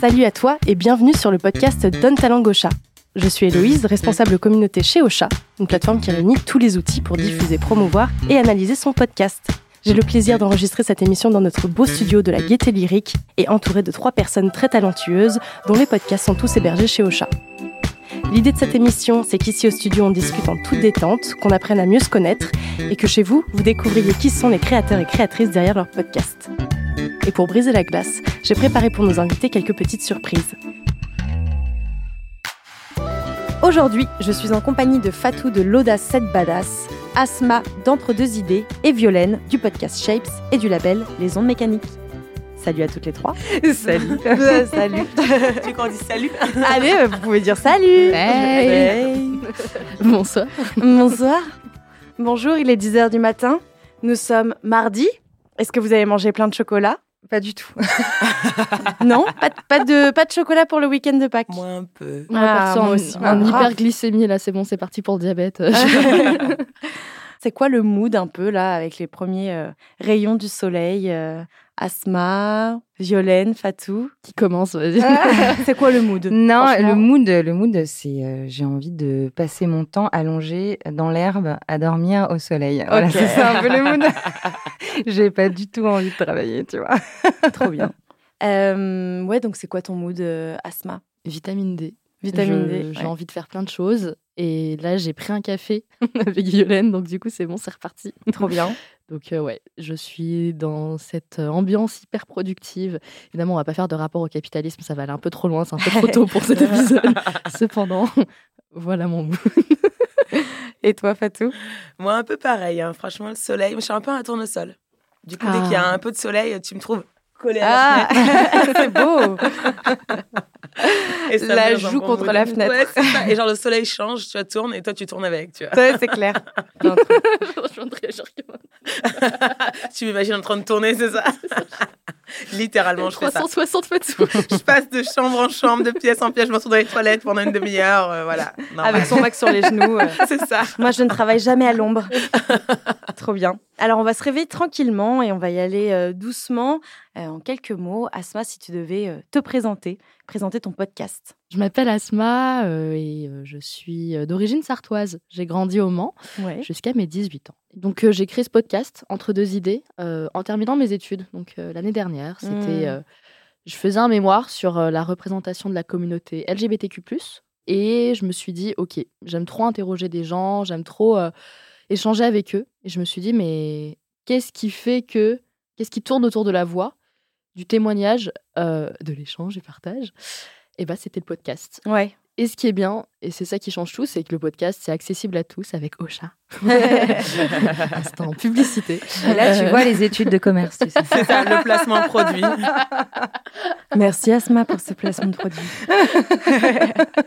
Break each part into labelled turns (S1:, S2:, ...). S1: Salut à toi et bienvenue sur le podcast Donne ta langue au chat. Je suis Héloïse, responsable communauté chez Ocha, une plateforme qui réunit tous les outils pour diffuser, promouvoir et analyser son podcast. J'ai le plaisir d'enregistrer cette émission dans notre beau studio de la Gaieté Lyrique et entouré de trois personnes très talentueuses dont les podcasts sont tous hébergés chez Ocha. L'idée de cette émission, c'est qu'ici au studio, on discute en toute détente, qu'on apprenne à mieux se connaître et que chez vous, vous découvriez qui sont les créateurs et créatrices derrière leur podcast. Et pour briser la glace, j'ai préparé pour nos invités quelques petites surprises. Aujourd'hui, je suis en compagnie de Fatou de l'Audace 7 Badass, Asma d'Empre deux idées et Violaine du podcast Shapes et du label Les ondes mécaniques. Salut à toutes les trois.
S2: Salut.
S1: salut.
S2: Tu qu'on dit salut
S1: Allez, euh, vous pouvez dire salut.
S3: Bonsoir.
S1: Bonsoir. Bonjour, il est 10h du matin. Nous sommes mardi. Est-ce que vous avez mangé plein de chocolat
S3: Pas du tout.
S1: Non, pas de, pas de, pas de chocolat pour le week-end de Pâques.
S2: Moi un peu.
S1: Ah,
S3: Perso,
S1: moi
S3: en,
S1: aussi.
S3: en
S1: Ah, grave.
S3: hyperglycémie, là, c'est bon, c'est parti pour le diabète.
S1: C'est quoi le mood un peu là avec les premiers euh, rayons du soleil euh, Asma, Violaine, Fatou.
S3: Qui commence, vas-y.
S1: C'est quoi le mood
S4: Non,
S1: Franchement.
S4: le mood, le mood, c'est euh, j'ai envie de passer mon temps allongé dans l'herbe à dormir au soleil. Voilà,
S1: Ok.
S4: c'est ça un peu le mood. j'ai pas du tout envie de travailler, tu vois.
S1: Trop bien. Euh, ouais, donc c'est quoi ton mood, euh, Asma
S3: Vitamine D.
S1: Vitamine
S3: Je-
S1: D.
S3: J'ai
S1: ouais.
S3: envie de faire plein de choses. Et là, j'ai pris un café avec Violaine, donc du coup, c'est bon, c'est reparti.
S1: Trop bien.
S3: Donc, euh, ouais, je suis dans cette euh, ambiance hyper productive. Évidemment, on va pas faire de rapport au capitalisme, ça va aller un peu trop loin, c'est un peu trop tôt pour cet épisode. Cependant, voilà mon goût.
S1: Et toi, Fatou
S2: Moi un peu pareil. hein. Franchement, le soleil. Moi, je suis un peu un tournesol. Du coup, dès
S1: Ah.
S2: qu'il y a un peu de soleil, tu me trouves collée à la
S1: Ah, c'est beau.
S2: fenêtre. Et ça me
S1: la
S2: met dans un
S1: joue
S2: bon
S1: contre
S2: mood.
S1: la fenêtre.
S2: Ouais, c'est ça. Et genre, le soleil change, tu vois, tourne et toi, tu tournes avec. Tu, vois.
S1: Ouais, c'est clair.
S3: Je viendrai, genre,
S2: tu m'imagines en train de tourner, c'est ça Littéralement, je fais ça.
S3: 360 mètres sous.
S2: Je passe de chambre en chambre, de pièce en pièce, je me retrouve dans les toilettes pendant une demi-heure. euh, voilà. Normal.
S1: Avec son bac sur les genoux. euh.
S2: C'est ça.
S1: Moi, je ne travaille jamais à l'ombre. Trop bien. Alors, on va se réveiller tranquillement et on va y aller euh, doucement. Euh, en quelques mots, Asma, si tu devais euh, te présenter, présenter ton podcast.
S3: Je m'appelle Asma euh, et euh, je suis euh, d'origine sartoise. J'ai grandi au Mans
S1: Ouais.
S3: jusqu'à mes 18 ans. Donc euh, j'ai créé ce podcast entre deux idées euh, en terminant mes études. Donc euh, l'année dernière, c'était
S1: Mm.
S3: euh, je faisais un mémoire sur euh, la représentation de la communauté LGBTQ+. Et je me suis dit OK, j'aime trop interroger des gens, j'aime trop euh, échanger avec eux et je me suis dit mais qu'est-ce qui fait que qu'est-ce qui tourne autour de la voix, du témoignage, euh, de l'échange et partage Et bah c'était le podcast.
S1: Ouais.
S3: Et ce qui est bien, et c'est ça qui change tout, c'est que le podcast, c'est accessible à tous avec Ocha. Instant publicité.
S4: Là, tu
S3: Euh,
S4: vois les études de commerce, tu sais.
S2: C'est ça, le placement produit.
S1: Merci Asma pour ce placement de produit.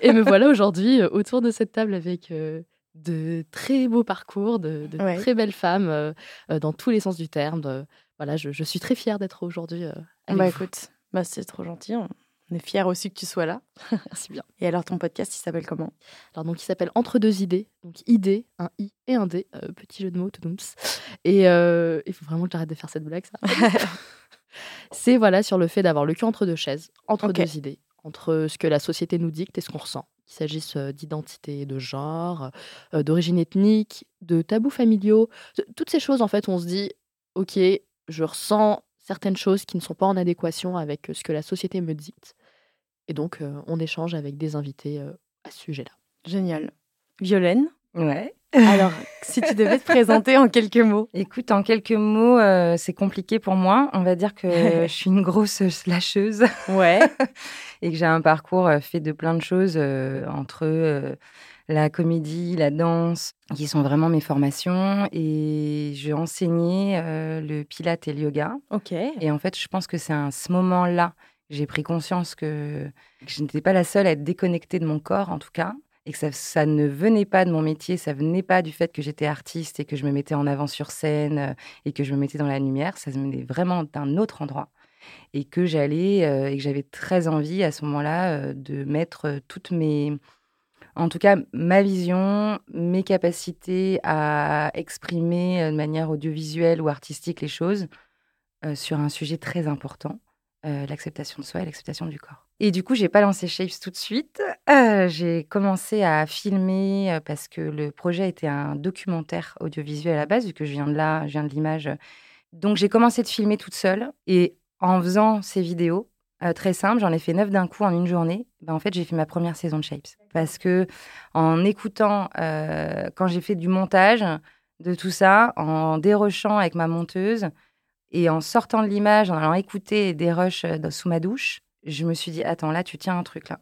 S3: Et me voilà aujourd'hui euh, autour de cette table avec euh, de très beaux parcours, de, de
S1: Ouais.
S3: très belles femmes, euh, euh, dans tous les sens du terme. de- voilà, je, je suis très fière d'être aujourd'hui euh, avec
S1: bah
S3: vous.
S1: écoute, bah, c'est trop gentil. On on est fiers aussi que tu sois là.
S3: Merci bien.
S1: Et alors, ton podcast, il s'appelle comment
S3: Alors donc il s'appelle Entre deux idées, donc idée, un i et un d, euh, petit jeu de mots, tout doux. Et euh, il faut vraiment que j'arrête de faire cette blague, ça. c'est voilà sur le fait d'avoir le cul entre deux chaises, entre
S1: Ok.
S3: deux idées, entre ce que la société nous dicte et ce qu'on ressent, qu'il s'agisse euh, d'identité, de genre, euh, d'origine ethnique, de tabous familiaux, de- toutes ces choses en fait, on se dit, ok, je ressens certaines choses qui ne sont pas en adéquation avec euh, ce que la société me dicte. Et donc, euh, on échange avec des invités euh, à ce sujet-là.
S1: Génial. Violaine,
S4: Ouais.
S1: alors, si tu devais te présenter en quelques mots.
S4: Écoute, en quelques mots, euh, c'est compliqué pour moi. On va dire que je suis une grosse slasheuse
S1: Ouais.
S4: et que j'ai un parcours euh, fait de plein de choses euh, entre euh, la comédie, la danse, qui sont vraiment mes formations. Et j'ai enseigné euh, le pilate et le yoga.
S1: Ok.
S4: Et en fait, je pense que c'est à ce moment-là que j'ai pris conscience que, que je n'étais pas la seule à être déconnectée de mon corps, en tout cas, et que ça, ça ne venait pas de mon métier, ça venait pas du fait que j'étais artiste et que je me mettais en avant sur scène euh, et que je me mettais dans la lumière, ça venait vraiment d'un autre endroit. Et que j'allais euh, et que j'avais très envie à ce moment-là euh, de mettre euh, toutes mes, en tout cas ma vision, mes capacités à exprimer euh, de manière audiovisuelle ou artistique les choses euh, sur un sujet très important euh, l'acceptation de soi et l'acceptation du corps. Et du coup, j'ai pas lancé Shapes tout de suite. Euh, j'ai commencé à filmer euh, parce que le projet était un documentaire audiovisuel à la base, vu que je viens de là, je viens de l'image. Donc, j'ai commencé de filmer toute seule et en faisant ces vidéos, euh, très simple, j'en ai fait neuf d'un coup en une journée. Ben, en fait, j'ai fait ma première saison de Shapes parce que en écoutant, euh, quand j'ai fait du montage de tout ça, en dérochant avec ma monteuse et en sortant de l'image, en allant écouter des rushs euh, dans- sous ma douche, je me suis dit attends là, tu tiens un truc là.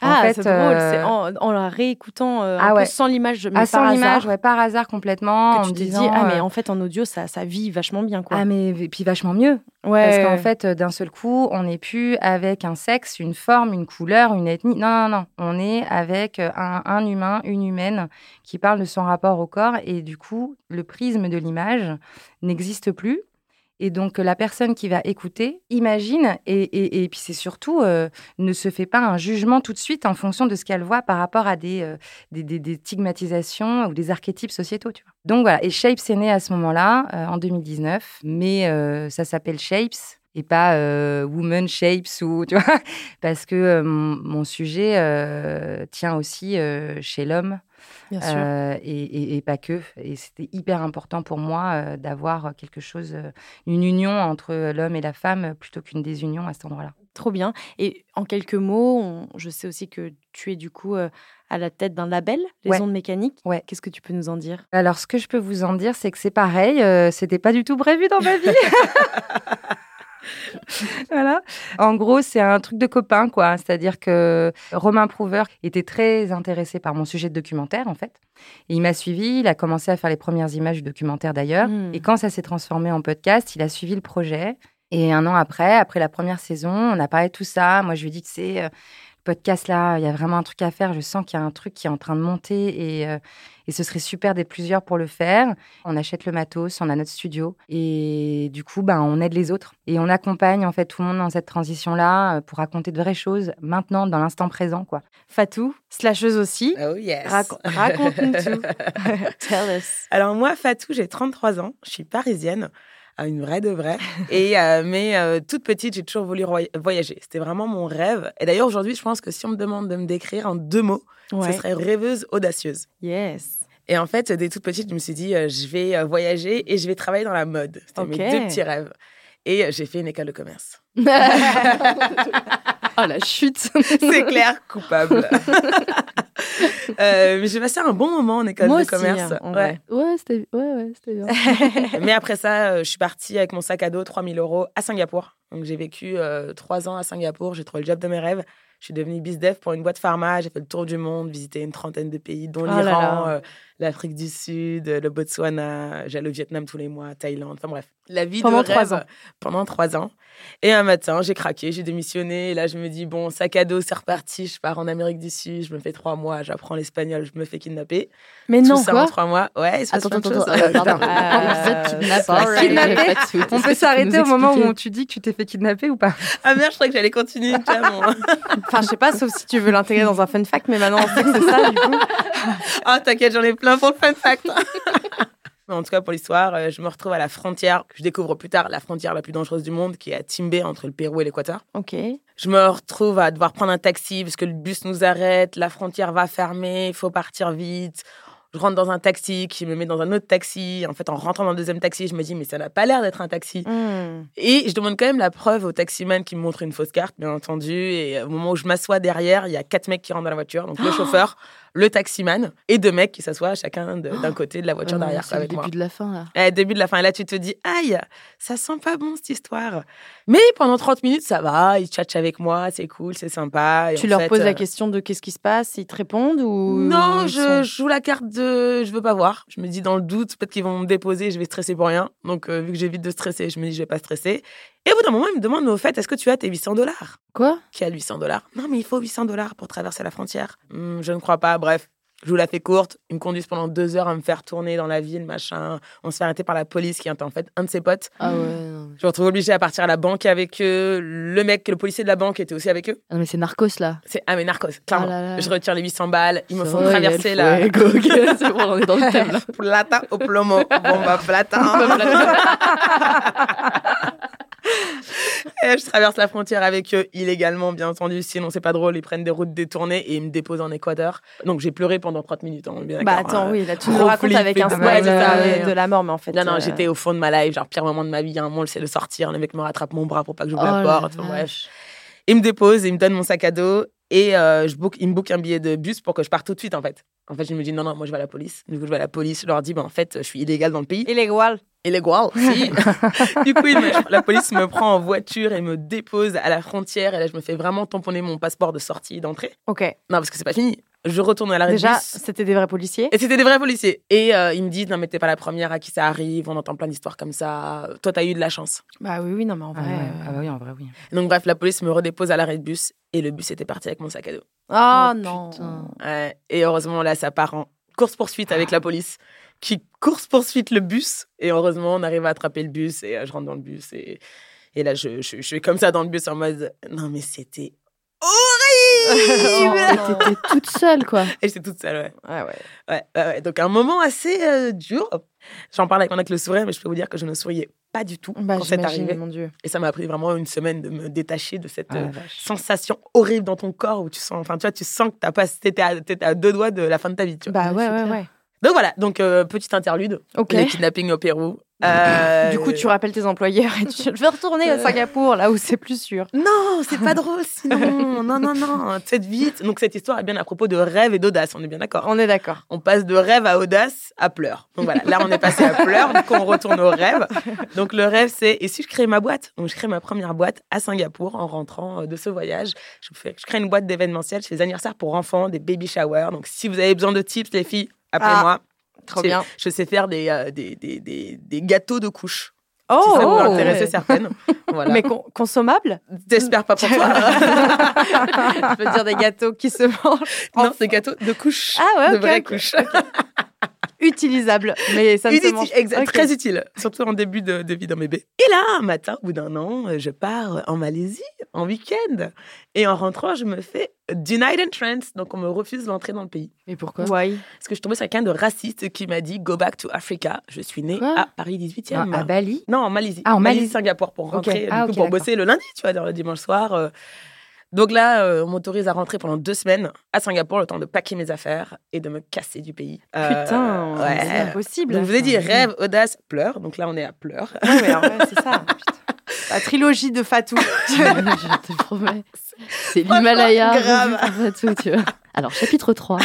S4: En
S1: Ah, c'est drôle,
S4: euh,
S1: c'est en, en la réécoutant euh, un
S4: ah
S1: peu
S4: ouais.
S1: sans l'image, mais
S4: ah,
S1: par
S4: sans
S1: hasard,
S4: l'image, ouais, par hasard complètement.
S1: que
S4: en
S1: tu
S4: me
S1: t'es dit,
S4: disant,
S1: ah, mais
S4: euh,
S1: en fait, en audio, ça, ça vit vachement bien, quoi.
S4: ah mais v- puis vachement mieux. Parce
S1: ouais.
S4: qu'en fait, euh, d'un seul coup, on n'est plus avec un sexe, une forme, une couleur, une ethnie. Non, non, non. On est avec euh, un, un humain, une humaine qui parle de son rapport au corps. Et du coup, le prisme de l'image n'existe plus. Et donc, euh, la personne qui va écouter imagine. Et, et- et puis, c'est surtout, euh, ne se fait pas un jugement tout de suite en fonction de ce qu'elle voit par rapport à des, euh, des, des- des stigmatisations ou des archétypes sociétaux. Tu vois. Donc voilà, et Shapes est né à ce moment-là, euh, en 2019, mais euh, ça s'appelle Shapes et pas euh, Woman Shapes ou tu vois, parce que euh, mon, mon sujet euh, tient aussi euh, chez l'homme
S1: Bien sûr.
S4: euh, et, et- et pas que. Et c'était hyper important pour moi euh, d'avoir quelque chose, euh, une union entre l'homme et la femme plutôt qu'une désunion à cet endroit-là.
S1: Trop bien. Et en quelques mots, on- je sais aussi que tu es du coup euh, à la tête d'un label, Les
S4: Ouais.
S1: Ondes Mécaniques.
S4: Ouais.
S1: Qu'est-ce que tu peux nous en dire
S4: Alors, ce que je peux vous en dire, c'est que c'est pareil, euh, c'était pas du tout prévu dans ma vie. voilà. En gros, c'est un truc de copain, quoi. C'est-à-dire que Romain Prouver était très intéressé par mon sujet de documentaire, en fait. Et il m'a suivi, il a commencé à faire les premières images du documentaire, d'ailleurs.
S1: Hmm.
S4: Et quand ça s'est transformé en podcast, il a suivi le projet. Et un an après, après la première saison, on a parlé de tout ça. Moi, je lui ai dit, tu sais, euh, le podcast là, il y a vraiment un truc à faire. Je sens qu'il y a un truc qui est en train de monter et, euh, et ce serait super d'être plusieurs pour le faire. On achète le matos, on a notre studio et du coup, ben, on aide les autres et on accompagne en fait tout le monde dans cette transition là pour raconter de vraies choses maintenant, dans l'instant présent, quoi.
S1: Fatou, slasheuse aussi,
S2: Oh yes.
S1: raco- raconte-nous tout. Tell us.
S2: Alors moi, Fatou, j'ai 33 ans, je suis parisienne, euh, une vraie de vraie. Et euh, mais euh, toute petite, j'ai toujours voulu roi- voyager. C'était vraiment mon rêve. Et d'ailleurs aujourd'hui, je pense que si on me demande de me décrire en deux mots,
S1: Ouais.
S2: ce serait rêveuse, audacieuse.
S1: Yes.
S2: Et en fait, dès toute petite, je me suis dit, euh, je vais euh, voyager et je vais travailler dans la mode. C'était
S1: Ok.
S2: mes deux petits rêves. Et euh, j'ai fait une école de commerce.
S3: Ah Oh, la chute
S2: C'est clair, coupable. Euh, mais j'ai passé un bon moment en école
S1: Moi
S2: de
S1: aussi,
S2: commerce.
S1: hein, en
S2: Ouais.
S1: vrai.
S3: Ouais, c'était ouais, ouais, c'était bien.
S2: Mais après ça, euh, je suis partie avec mon sac à dos, 3000 euros, à Singapour. Donc j'ai vécu euh, trois ans à Singapour, j'ai trouvé le job de mes rêves. Je suis devenue bisdev pour une boîte pharma, j'ai fait le tour du monde, visité une trentaine de pays, dont
S1: Oh là
S2: l'Iran,
S1: là.
S2: euh, l'Afrique du Sud, euh, le Botswana, j'allais au Vietnam tous les mois, Thaïlande, enfin bref. La vie
S1: Pendant
S2: de rêve.
S1: trois ans.
S2: Pendant trois ans. Et un matin, j'ai craqué, j'ai démissionné. Et là, je me dis, bon, sac à dos, c'est reparti, je pars en Amérique du Sud, je me fais trois mois, j'apprends l'espagnol, je me fais kidnapper.
S1: Mais
S2: Tout
S1: non,
S2: ça en
S1: quoi
S2: trois mois. Ouais, il se passe
S3: Attends,
S2: plein de
S3: attends,
S2: choses.
S3: attends. euh, pardon.
S1: Euh,
S3: Vous êtes kidnappée.
S1: sorry.
S3: Kidnappée.
S4: Kidnappée.
S3: Pas de
S4: On
S3: suite. Est-ce
S4: peut
S3: que tu peux
S4: s'arrêter
S3: nous
S4: au moment où
S3: expliquer
S4: on- tu dis que tu t'es fait kidnapper ou pas
S2: Ah merde, je croyais que j'allais continuer, hein. clairement.
S1: Enfin, je sais pas, sauf si tu veux l'intégrer dans un fun fact, mais maintenant on sait que c'est ça, du coup.
S2: Ah, t'inquiète, j'en ai plein pour le fun fact. Mais en tout cas, pour l'histoire, euh, je me retrouve à la frontière, que je découvre plus tard, la frontière la plus dangereuse du monde, qui est à Timbé, entre le Pérou et l'Équateur.
S1: Ok.
S2: Je me retrouve à devoir prendre un taxi, parce que le bus nous arrête, la frontière va fermer, il faut partir vite. Je rentre dans un taxi qui me met dans un autre taxi. En fait, en rentrant dans le deuxième taxi, je me dis, mais ça n'a pas l'air d'être un taxi.
S1: Hmm.
S2: Et je demande quand même la preuve au taximan qui me montre une fausse carte, bien entendu. Et au moment où je m'assois derrière, il y a quatre mecs qui rentrent dans la voiture. Donc le
S3: Oh
S2: chauffeur, le taximan et deux mecs qui s'assoient chacun de- d'un côté de la voiture
S3: Euh,
S2: derrière
S3: C'est le
S2: avec
S3: début
S2: moi.
S3: de la fin là.
S2: Eh, début de la fin. Et là, tu te dis, aïe, ça sent pas bon cette histoire. Mais pendant 30 minutes, ça va. Ils tchatchent avec moi, c'est cool, c'est sympa. Et
S1: Tu
S2: en
S1: leur
S2: fait,
S1: poses
S2: euh,
S1: la question de qu'est-ce qui se passe, ils te répondent ou. euh,
S2: Non,
S1: ils
S2: je
S1: sont-
S2: joue la carte de je veux pas voir. Je me dis dans le doute, peut-être qu'ils vont me déposer, je vais stresser pour rien. Donc euh, vu que j'évite de stresser, je me dis je vais pas stresser. Et au bout d'un moment, ils me demandent au fait, est-ce que tu as tes 800 dollars
S3: Quoi
S2: Qui a 800 dollars Non, mais il faut 800 dollars pour traverser la frontière. Hmm, je ne crois pas. Bref, je vous la fais courte. Ils me conduisent pendant deux heures à me faire tourner dans la ville, machin. On se fait arrêter par la police qui est en fait un de ses potes.
S3: Ah ouais. Non,
S2: Je me retrouve obligée à partir à la banque avec eux. Le mec, le policier de la banque était aussi avec eux.
S3: Ah non, mais c'est Narcos là.
S2: C'est ah mais narcos,
S3: Ah
S2: clairement.
S3: là là.
S2: Je retire les 800 balles. Ils me font
S3: Soy
S2: traverser
S3: el
S2: la.
S3: fuego. Ok, c'est bon, on est dans le thème là.
S2: plata au plomo. Bomba plata. Et je traverse la frontière avec eux illégalement, bien entendu. Sinon, c'est pas drôle. Ils prennent des routes détournées et ils me déposent en Équateur. Donc, j'ai pleuré pendant 30 minutes. hein, bien
S1: Bah
S2: d'accord,
S1: attends,
S2: hein.
S1: oui, là tu nous
S2: gros
S1: racontes
S2: flip
S1: avec
S2: et
S1: un
S2: tout.
S1: smile
S2: Ouais, c'est ça,
S1: euh,
S2: ouais.
S1: de la mort, mais en fait.
S2: Non, non,
S1: euh,
S2: j'étais au fond de ma life. Genre, pire moment de ma vie. Un moment, c'est de sortir. Le mec me rattrape mon bras pour pas que j'ouvre la
S3: Oh la
S2: porte. Enfin, bref.
S3: vache.
S2: Il me dépose, il me donne mon sac à dos et euh, je book, il me book un billet de bus pour que je parte tout de suite en fait. En fait, je me dis non, non, moi je vais à la police. Du coup, je vais à la police, je leur dis, ben, en fait, je suis illégale dans le pays.
S1: Illégal.
S2: Illégal, si. du coup, il me- la police me prend en voiture et me dépose à la frontière et là, je me fais vraiment tamponner mon passeport de sortie et d'entrée.
S1: Ok.
S2: Non, parce que c'est pas fini. Je retourne à la
S1: Déjà,
S2: bus.
S1: c'était des vrais policiers.
S2: Et c'était des vrais policiers. Et euh, ils me disent, non, mais t'es pas la première à qui ça arrive, on entend plein d'histoires comme ça. Toi, t'as eu de la chance.
S1: Bah oui, oui, non, mais en
S4: Ah,
S1: vrai.
S4: ouais.
S1: euh,
S4: Ah bah oui, en vrai, oui.
S2: Donc, bref, la police me redépose à l'arrêt de bus et le bus était parti avec mon sac à dos.
S1: Ah
S3: Oh,
S1: non.
S3: putain.
S2: Ouais, et heureusement, là, ça part en course-poursuite avec la
S1: Ah.
S2: police qui course-poursuite le bus. Et heureusement, on arrive à attraper le bus et euh, je rentre dans le bus. Et, et là, je, je, je suis comme ça dans le bus en mode Non, mais c'était horrible
S3: Et t'étais toute seule, quoi.
S2: Et j'étais toute seule, ouais.
S1: Ah Ouais, ouais.
S2: ouais, ouais, ouais. Donc, un moment assez euh, dur. J'en parle avec, avec le sourire, mais je peux vous dire que je ne souriais pas du tout
S1: Bah
S2: quand c'est
S1: j'imagine,
S2: arrivé.
S1: mon dieu.
S2: Et ça m'a pris vraiment une semaine de me détacher de cette.
S4: Ah,
S2: euh,
S4: la vache.
S2: sensation horrible dans ton corps où tu sens enfin tu vois tu sens que t'as pas t'étais à, t'étais à deux doigts de la fin de ta vie tu vois.
S1: Bah ouais,
S3: c'est
S1: ouais,
S3: clair.
S1: ouais.
S2: Donc voilà, donc euh, petite interlude,
S1: Ok.
S2: les kidnappings au Pérou. Euh,
S1: Du coup, tu rappelles tes employeurs et tu je vais retourner à Singapour, là où c'est plus sûr.
S2: Non, c'est pas drôle sinon. non, non, non, faites vite. Donc cette histoire est bien à propos de rêve et d'audace, on est bien d'accord.
S1: On est d'accord.
S2: On passe de rêve à audace à pleurs. Donc voilà, là on est passé à pleurs, du coup on retourne au rêve. Donc le rêve c'est, et si je crée ma boîte Donc je crée ma première boîte à Singapour en rentrant euh, de ce voyage. Je, fais, je crée une boîte d'événementiel, je fais des anniversaires pour enfants, des baby showers. Donc si vous avez besoin de tips les filles, appelez-moi.
S1: Trop
S2: Je-
S1: bien.
S2: Je sais faire des, euh, des, des, des, des gâteaux de couche.
S1: Oh,
S2: si ça vous
S1: oh,
S2: intéresse
S1: ouais.
S2: certaines. Voilà.
S1: Mais con- consommable
S2: J'espère pas pour toi.
S1: Je veux dire des gâteaux qui se mangent.
S2: non, c'est gâteau de couche.
S1: Ah ouais,
S2: de
S1: ok,
S2: vraie
S1: ok.
S2: couche.
S1: Utilisables, mais ça ne se
S2: Utile,
S1: mange
S2: exact,
S1: Ok.
S2: Très utile, surtout en début de, de vie d'un bébé. Et là, un matin, au bout d'un an, euh, je pars en Malaisie, en week-end. Et en rentrant, je me fais denied entrance. Donc, on me refuse l'entrée dans le pays.
S3: Mais pourquoi
S1: Ouais.
S2: Parce que je tombais sur quelqu'un de raciste qui m'a dit Go back to Africa. Je suis née
S3: Quoi
S2: à Paris 18e.
S4: Ah, à Bali
S2: Non, en Malaisie.
S4: Ah, en Malaisie.
S2: Singapour pour
S4: Ok.
S2: rentrer, du
S4: Ah,
S2: coup,
S4: ok,
S2: pour
S4: d'accord.
S2: bosser le lundi, tu vois, le dimanche soir. euh. Donc là, euh, on m'autorise à rentrer pendant deux semaines à Singapour, le temps de paquer mes affaires et de me casser du pays. Euh,
S1: Putain, c'est
S2: ouais.
S1: impossible.
S2: Donc je vous ai dit
S1: Enfin,
S2: rêve, audace, pleurs. Donc là, on est à pleurs.
S1: Ouais, ouais, en vrai, c'est ça. Putain. La trilogie de Fatou.
S3: Je te promets. C'est l'Himalaya.
S2: grave.
S3: revu par Fatou, tu vois. Alors, chapitre 3.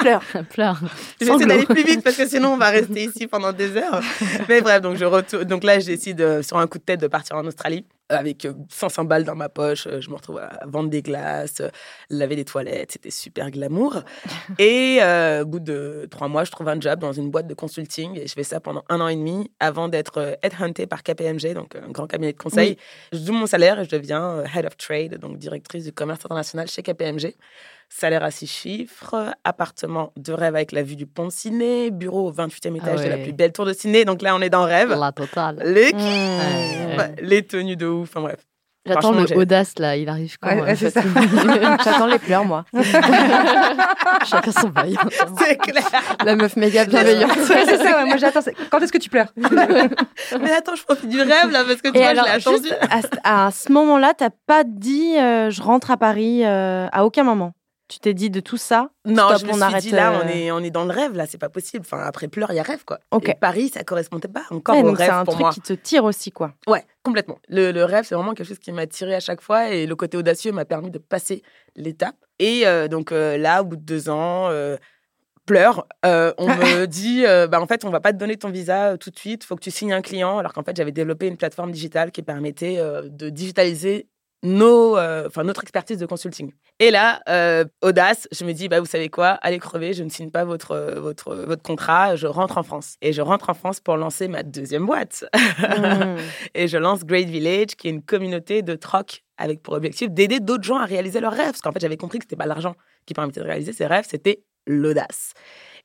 S1: Pleure.
S3: Pleure.
S2: J'essaie
S3: Sanglots.
S2: d'aller plus vite parce que sinon, on va rester ici pendant des heures. Mais bref, donc, je retourne, donc là, je décide euh, sur un coup de tête de partir en Australie avec euh, 500 balles dans ma poche. Euh, Je me retrouve à vendre des glaces, euh, laver des toilettes. C'était super glamour. Et euh, au bout de trois mois, je trouve un job dans une boîte de consulting et je fais ça pendant un an et demi avant d'être euh, headhuntée par KPMG, donc un grand cabinet de conseil. Je double mon salaire et je deviens euh, head of trade, donc directrice du commerce international chez KPMG. Salaire à six chiffres, appartement de rêve avec la vue du pont de ciné, bureau au 28e
S1: Ah
S2: étage de la
S3: ouais.
S2: plus belle tour de ciné. Donc là, on est dans rêve.
S3: La totale.
S2: Les
S1: Mmh.
S2: clips, les tenues de ouf, enfin bref.
S3: J'attends
S2: Franchement,
S3: le
S2: j'ai-
S3: audace, là. Il arrive quand
S4: Ouais,
S3: euh,
S4: ouais, c'est ça.
S3: Fatou
S1: J'attends les pleurs, moi.
S3: Chacun son bail.
S2: C'est clair.
S3: La meuf méga
S4: Ouais, c'est ça, ouais, moi j'attends. c'est- Quand est-ce que tu pleures
S2: Mais attends, je profite du rêve là parce que tu
S1: Et
S2: vois,
S1: alors,
S2: je l'ai attendu.
S1: juste à, ce- à ce moment-là, t'as pas dit euh, je rentre à Paris euh, à aucun moment. Tu t'es dit de tout ça.
S2: Non,
S1: Stop,
S2: je me
S1: on
S2: suis
S1: arrête,
S2: dit là,
S1: euh,
S2: on est, on est dans le rêve là, c'est pas possible. Enfin, après pleurs, il y a rêve quoi.
S1: Ok.
S2: Et Paris, ça correspondait pas encore
S1: Ouais,
S2: au
S1: donc c'est
S2: rêve
S1: un
S2: pour
S1: truc
S2: moi.
S1: qui te tire aussi, quoi.
S2: Ouais, complètement. Le, le rêve, c'est vraiment quelque chose qui m'a tiré à chaque fois et le côté audacieux m'a permis de passer l'étape. Et euh, donc euh, là, au bout de deux ans, euh, pleure, euh, on me dit euh, bah, en fait, on va pas te donner ton visa euh, tout de suite, faut que tu signes un client. Alors qu'en fait, j'avais développé une plateforme digitale qui permettait euh, de digitaliser nos, euh, enfin, notre expertise de consulting. Et là, euh, audace, je me dis, bah, vous savez quoi, allez crever, je ne signe pas votre, euh, votre, votre contrat, je rentre en France. Et je rentre en France pour lancer ma deuxième boîte
S1: Mmh.
S2: et je lance Great Village, qui est une communauté de troc avec pour objectif d'aider d'autres gens à réaliser leurs rêves. Parce qu'en fait, j'avais compris que c'était pas l'argent qui permettait de réaliser ses rêves, c'était l'audace.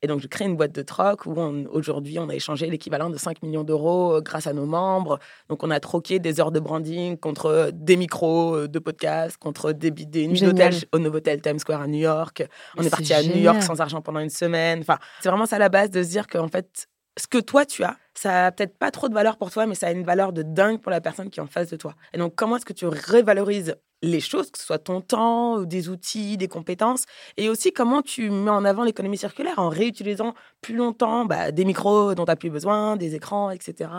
S2: Et donc, je crée une boîte de troc où on- aujourd'hui, on a échangé l'équivalent de 5 millions d'euros euh, grâce à nos membres. Donc, on a troqué des heures de branding contre euh, des micros euh, de podcasts, contre des, bi- des nuits
S1: Génial.
S2: d'hôtel ch- au Novotel Times Square à New York. On
S3: Mais
S2: est
S3: c'est
S2: parti à New
S3: génial.
S2: York sans argent pendant une semaine. Enfin, c'est vraiment ça la base de se dire qu'en fait, ce que toi tu as, ça a peut-être pas trop de valeur pour toi, mais ça a une valeur de dingue pour la personne qui est en face de toi. Et donc, comment est-ce que tu revalorises les choses, que ce soit ton temps, ou des outils, des compétences, et aussi comment tu mets en avant l'économie circulaire en réutilisant plus longtemps bah, des micros dont tu n'as plus besoin, des écrans, etc.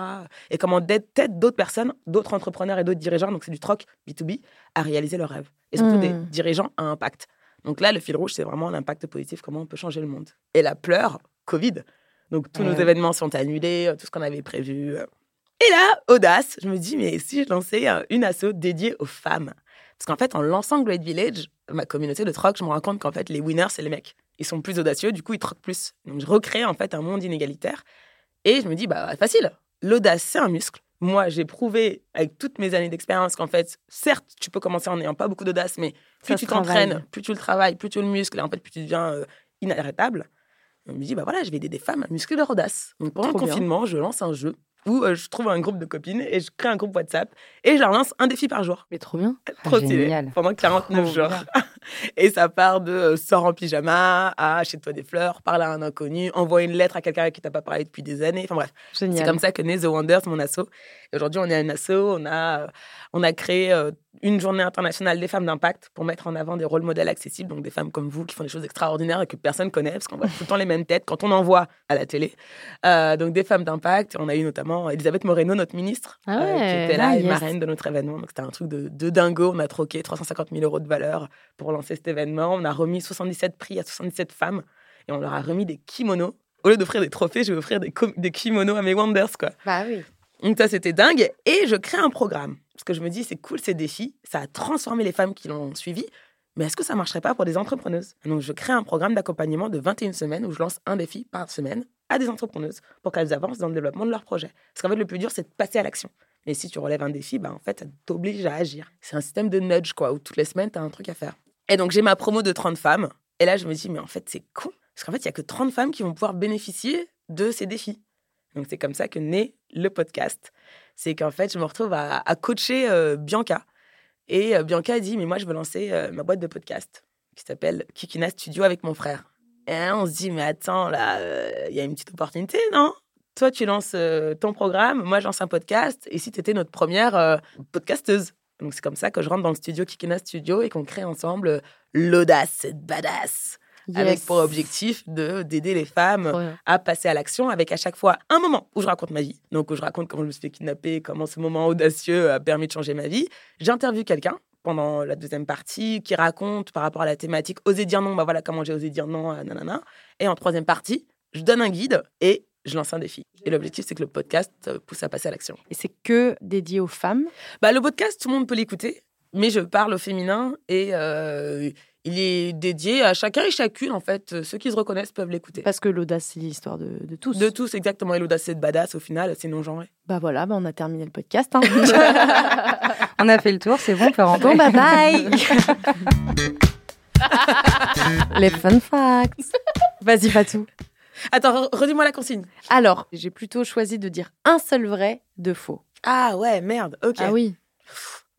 S2: Et comment t'aides d'autres personnes, d'autres entrepreneurs et d'autres dirigeants, donc c'est du troc B2B, à réaliser leurs rêves. Et surtout
S1: Hmm.
S2: des dirigeants à impact. Donc là, le fil rouge, c'est vraiment l'impact positif, comment on peut changer le monde. Et la pleur, Covid. Donc tous
S4: Ouais.
S2: nos événements sont annulés, euh, tout ce qu'on avait prévu. euh. Et là, audace, je me dis, mais si je lançais euh, une asso dédiée aux femmes parce qu'en fait, en lançant Great Village, ma communauté de troc, je me rends compte qu'en fait, les winners, c'est les mecs. Ils sont plus audacieux, du coup, ils troquent plus. Donc, je recrée en fait un monde inégalitaire. Et je me dis, bah, facile. L'audace, c'est un muscle. Moi, j'ai prouvé avec toutes mes années d'expérience qu'en fait, certes, tu peux commencer en n'ayant pas beaucoup d'audace, mais plus
S1: Ça
S2: tu
S1: se travaille.
S2: t'entraînes, plus tu le travailles, plus tu le muscles, et en fait, plus tu deviens euh, inarrêtable. Je me dis, bah voilà, je vais aider des femmes à muscler leur audace. Donc, pendant
S1: Trop
S2: le
S1: bien.
S2: confinement, je lance un jeu où euh, je trouve un groupe de copines et je crée un groupe WhatsApp et je leur lance un défi par jour.
S3: Mais trop bien.
S1: Ah,
S2: Trop
S4: Génial.
S2: stylé. Pendant 49
S4: Trop
S2: jours. Et ça part de euh, sors en pyjama à achète-toi des fleurs, parle à un inconnu, envoie une lettre à quelqu'un avec qui t'as pas parlé depuis des années. Enfin bref,
S1: Génial.
S2: c'est comme ça que naît The Wonders, mon asso. Et aujourd'hui, on est une asso, on a, euh, on a créé euh, une journée internationale des femmes d'impact pour mettre en avant des rôles modèles accessibles, donc des femmes comme vous qui font des choses extraordinaires et que personne connaît, parce qu'on voit tout le temps les mêmes têtes quand on en voit à la télé. Euh, donc des femmes d'impact, on a eu notamment Elisabeth Moreno, notre ministre, euh,
S3: Ah ouais,
S2: qui était là,
S3: ah,
S2: et
S3: yes.
S2: marraine de notre événement. Donc c'était un truc de, de dingo, on a troqué 350 000 euros de valeur pour lancer cet événement, on a remis 77 prix à 77 femmes, et on leur a remis des kimonos. Au lieu d'offrir des trophées, je vais offrir des, com- des kimonos à mes Wonders, quoi.
S1: Bah oui.
S2: Donc ça, c'était dingue. Et je crée un programme. Parce que je me dis, c'est cool ces défis. Ça a transformé les femmes qui l'ont suivi. Mais est-ce que ça marcherait pas pour des entrepreneuses Donc je crée un programme d'accompagnement de 21 semaines où je lance un défi par semaine à des entrepreneuses pour qu'elles avancent dans le développement de leur projet. Parce qu'en fait, le plus dur, c'est de passer à l'action. Mais si tu relèves un défi, bah, en fait, ça t'oblige à agir. C'est un système de nudge, quoi, où toutes les semaines, tu as un truc à faire. Et donc, j'ai ma promo de 30 femmes. Et là, je me dis, mais en fait, c'est con. Parce qu'en fait, il y a que 30 femmes qui vont pouvoir bénéficier de ces défis. Donc, c'est comme ça que naît le podcast. C'est qu'en fait, je me retrouve à, à coacher euh, Bianca. Et euh, Bianca a dit, mais moi, je veux lancer euh, ma boîte de podcast qui s'appelle Kikina Studio avec mon frère. Et là, on se dit, mais attends, là, euh, il y a une petite opportunité, non toi, tu lances euh, ton programme, moi, je lance un podcast. Et si tu étais notre première euh, podcasteuse Donc, c'est comme ça que je rentre dans le studio Kikina Studio et qu'on crée ensemble euh, l'audace, cette badass, avec pour objectif de d'aider les femmes
S3: Trop bien.
S2: à passer à l'action avec à chaque fois un moment où je raconte ma vie. Donc, où je raconte comment je me suis fait kidnapper, comment ce moment audacieux a permis de changer ma vie. J'interviewe quelqu'un pendant la deuxième partie qui raconte par rapport à la thématique oser dire non, bah voilà comment j'ai osé dire non, euh, nanana. Et en troisième partie, je donne un guide et je lance un défi. Et l'objectif, c'est que le podcast euh, pousse à passer à l'action.
S1: Et c'est que dédié aux femmes.
S2: Bah, le podcast, tout le monde peut l'écouter, mais je parle au féminin et euh, il est dédié à chacun et chacune, en fait. Euh, Ceux qui se reconnaissent peuvent l'écouter.
S1: Parce que l'audace, c'est l'histoire de, de tous.
S2: De tous, exactement. Et l'audace, c'est de badass, au final, c'est non-genré.
S1: Bah voilà, bah on a terminé le podcast. hein.
S4: On a fait le tour, c'est bon, on peut rentrer.
S1: bon, bah, bye bye Les fun facts. Vas-y, Fatou.
S2: Attends, re- redis-moi la consigne.
S1: Alors, j'ai plutôt choisi de dire un seul vrai, deux faux.
S2: Ah ouais, merde, ok.
S3: Ah oui.